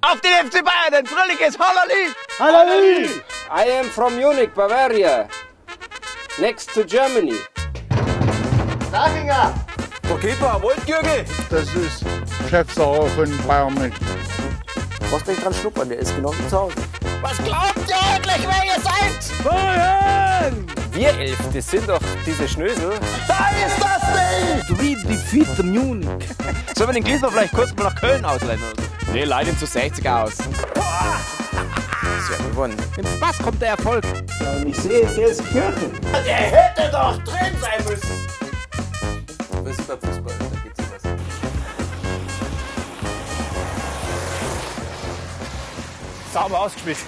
auf den FC Bayern, ein fröhliches Hallali! Hallelujah! I am from Munich, Bavaria, next to Germany. Das ist Chefsache von Bayern München. Brauchst gleich dran schnuppern, der ist genau wie zu Hause. Wir elf, das sind doch diese Schnösel. We defeat the Munich. Sollen wir den Griezmann vielleicht kurz mal nach Köln ausleihen? Nee, leider zu 60 aus. Was kommt der Erfolg? Sauber ausgespielt.